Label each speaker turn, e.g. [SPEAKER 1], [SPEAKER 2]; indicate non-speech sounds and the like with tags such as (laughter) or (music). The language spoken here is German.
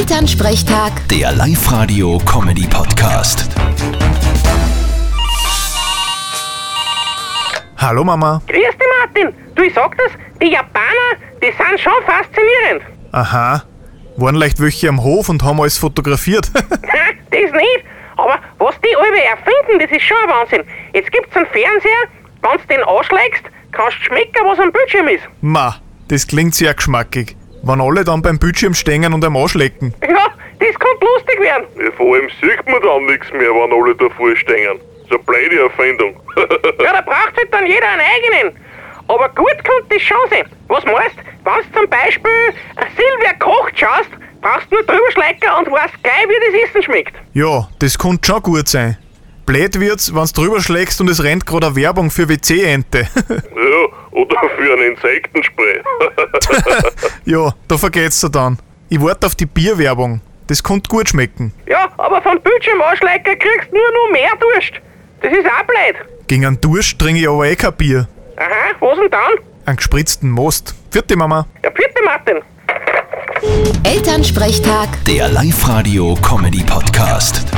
[SPEAKER 1] Elternsprechtag,
[SPEAKER 2] Der Live-Radio-Comedy-Podcast.
[SPEAKER 3] Hallo Mama.
[SPEAKER 4] Grüß dich, Martin. Du, ich sag das, die Japaner, die sind schon faszinierend. (laughs)
[SPEAKER 3] Aha. Waren leicht welche am Hof und haben alles fotografiert. (laughs)
[SPEAKER 4] Ha, das nicht. Aber was die alle erfinden, das ist schon ein Wahnsinn. Jetzt gibt's einen Fernseher, wenn du den anschlägst, kannst du schmecken, was am Bildschirm ist. (laughs)
[SPEAKER 3] Ma, das klingt sehr geschmackig. Wenn alle dann beim Bildschirm stehen und am Anschlecken.
[SPEAKER 4] Ja, das könnte lustig werden.
[SPEAKER 5] Ja, Vor allem sieht man dann nichts mehr, wenn alle davor stehen. So eine blöde Erfindung. (laughs)
[SPEAKER 4] Ja, da braucht halt dann jeder einen eigenen. Aber gut könnte das schon sein. Was meinst wenn du zum Beispiel Silvia kocht schaust, brauchst du nur drüber schlecken und weißt gleich, wie das Essen schmeckt.
[SPEAKER 3] Ja, das könnte schon gut sein. Blöd wird's, wenn's drüber schlägst und es rennt gerade eine Werbung für WC-Ente. (laughs)
[SPEAKER 5] ja, oder für einen Insektenspray. (laughs)
[SPEAKER 3] ja, da vergeht's dir dann. Ich warte auf die Bierwerbung. Das könnte gut schmecken.
[SPEAKER 4] Ja, aber vom Bildschirm anschlecken kriegst du nur noch mehr Durst. Das ist auch blöd.
[SPEAKER 3] Gegen einen Durst trinke ich aber eh kein Bier.
[SPEAKER 4] Aha, was denn dann?
[SPEAKER 3] Einen gespritzten Most. Vierte Mama.
[SPEAKER 4] Ja, bitte, Martin.
[SPEAKER 1] Elternsprechtag.
[SPEAKER 2] Der Live-Radio-Comedy-Podcast.